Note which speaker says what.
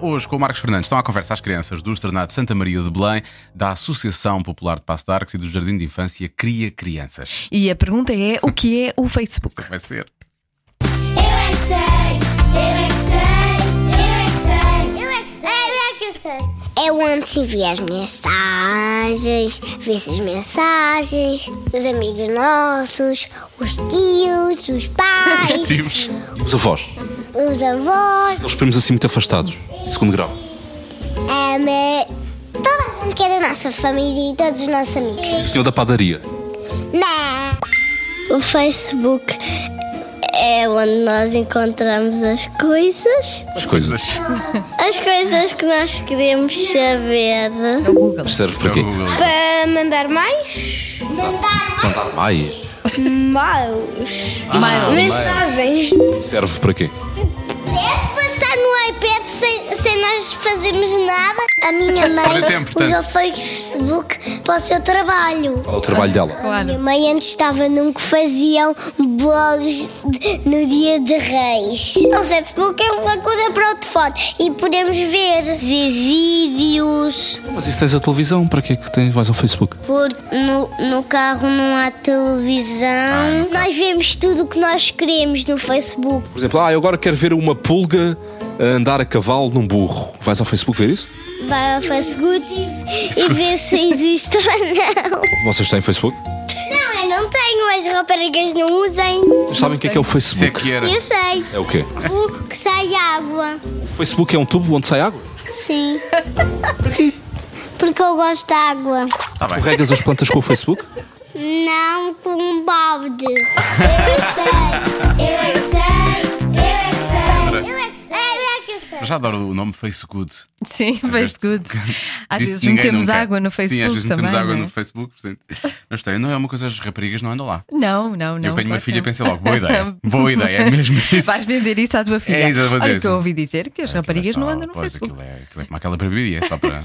Speaker 1: Hoje, com o Marcos Fernandes, estão à conversa as crianças do Externato Santa Maria de Belém, da Associação Popular de Passo de Arcos e do Jardim de Infância Cria Crianças.
Speaker 2: E a pergunta é: o que é o Facebook?
Speaker 1: Vai ser.
Speaker 3: Eu é que sei, eu é que sei, eu é que sei, eu é que sei, eu é que sei. Eu antes envio as mensagens, vejo as mensagens, os amigos nossos, os tios, os pais,
Speaker 4: Tipo.
Speaker 1: Tios.
Speaker 4: Os avós,
Speaker 3: os avós,
Speaker 4: aqueles primos assim muito afastados, de segundo grau.
Speaker 3: Ama toda a gente que é da nossa família e todos os nossos amigos.
Speaker 4: O senhor da padaria.
Speaker 3: Não. O Facebook é onde nós encontramos as coisas.
Speaker 4: As coisas.
Speaker 3: As coisas que nós queremos saber.
Speaker 2: É O Google.
Speaker 4: Serve para quê?
Speaker 3: Para mandar mais? Mandar
Speaker 4: Mandar Ah, mais.
Speaker 3: mais. Mensagens.
Speaker 4: Serve para quê?
Speaker 3: Serve para estar no iPad sem, sem nós fazermos nada. A minha mãe
Speaker 1: Olha, tem, portanto.
Speaker 3: usa o Facebook para o seu trabalho.
Speaker 4: Qual é o trabalho dela?
Speaker 3: A Minha
Speaker 2: Claro.
Speaker 3: mãe antes estava num que faziam bolos de- no dia de reis. O Facebook é uma coisa para o telefone e podemos ver, ver vídeos.
Speaker 4: Mas isso tens a televisão, para quê que tens mais ao Facebook?
Speaker 3: Porque no, no carro não há televisão. Nós vemos tudo o que nós queremos no Facebook.
Speaker 4: Por exemplo, ah, eu agora quero ver uma pulga a andar a cavalo num burro. Vais ao Facebook ver isso?
Speaker 3: Vai ao Facebook e, e vê se existe ou não.
Speaker 4: Vocês têm Facebook?
Speaker 3: Não, eu não tenho, as raparigas não usem.
Speaker 4: Vocês sabem o que é que é o
Speaker 1: Se é
Speaker 4: Facebook?
Speaker 1: que era.
Speaker 3: Eu sei.
Speaker 4: É o quê?
Speaker 3: O que sai água.
Speaker 4: O Facebook é um tubo onde sai água?
Speaker 3: Sim. Porquê? Porque eu gosto de água.
Speaker 1: Está
Speaker 4: Tu
Speaker 1: Tá bem.
Speaker 4: regas as plantas com o Facebook?
Speaker 3: Não com um balde. é Eu é que sei, eu é que sei, eu é que sei, eu é que sei.
Speaker 1: Já adoro o nome Facegood.
Speaker 2: Sim, faz good. Às
Speaker 1: Disse
Speaker 2: vezes
Speaker 1: ninguém
Speaker 2: metemos
Speaker 1: nunca.
Speaker 2: água no Facebook
Speaker 1: Sim, às vezes
Speaker 2: também.
Speaker 1: metemos água
Speaker 2: não,
Speaker 1: no
Speaker 2: é?
Speaker 1: Facebook. portanto. Mas tem, não é uma coisa, as raparigas não andam lá.
Speaker 2: não, não, não.
Speaker 1: Eu tenho uma
Speaker 2: claro
Speaker 1: filha,
Speaker 2: que não.
Speaker 1: pensei logo, boa ideia. Boa ideia, é mesmo isso. É
Speaker 2: Vais vender isso à tua filha.
Speaker 1: isso, eu vou dizer
Speaker 2: Olha, que eu
Speaker 1: isso.
Speaker 2: ouvi dizer que as raparigas
Speaker 1: Aquilo é
Speaker 2: não
Speaker 1: só-
Speaker 2: andam no
Speaker 1: pois,
Speaker 2: Facebook.
Speaker 1: Aquilo é, aquilo é como aquela barbearia, é só para.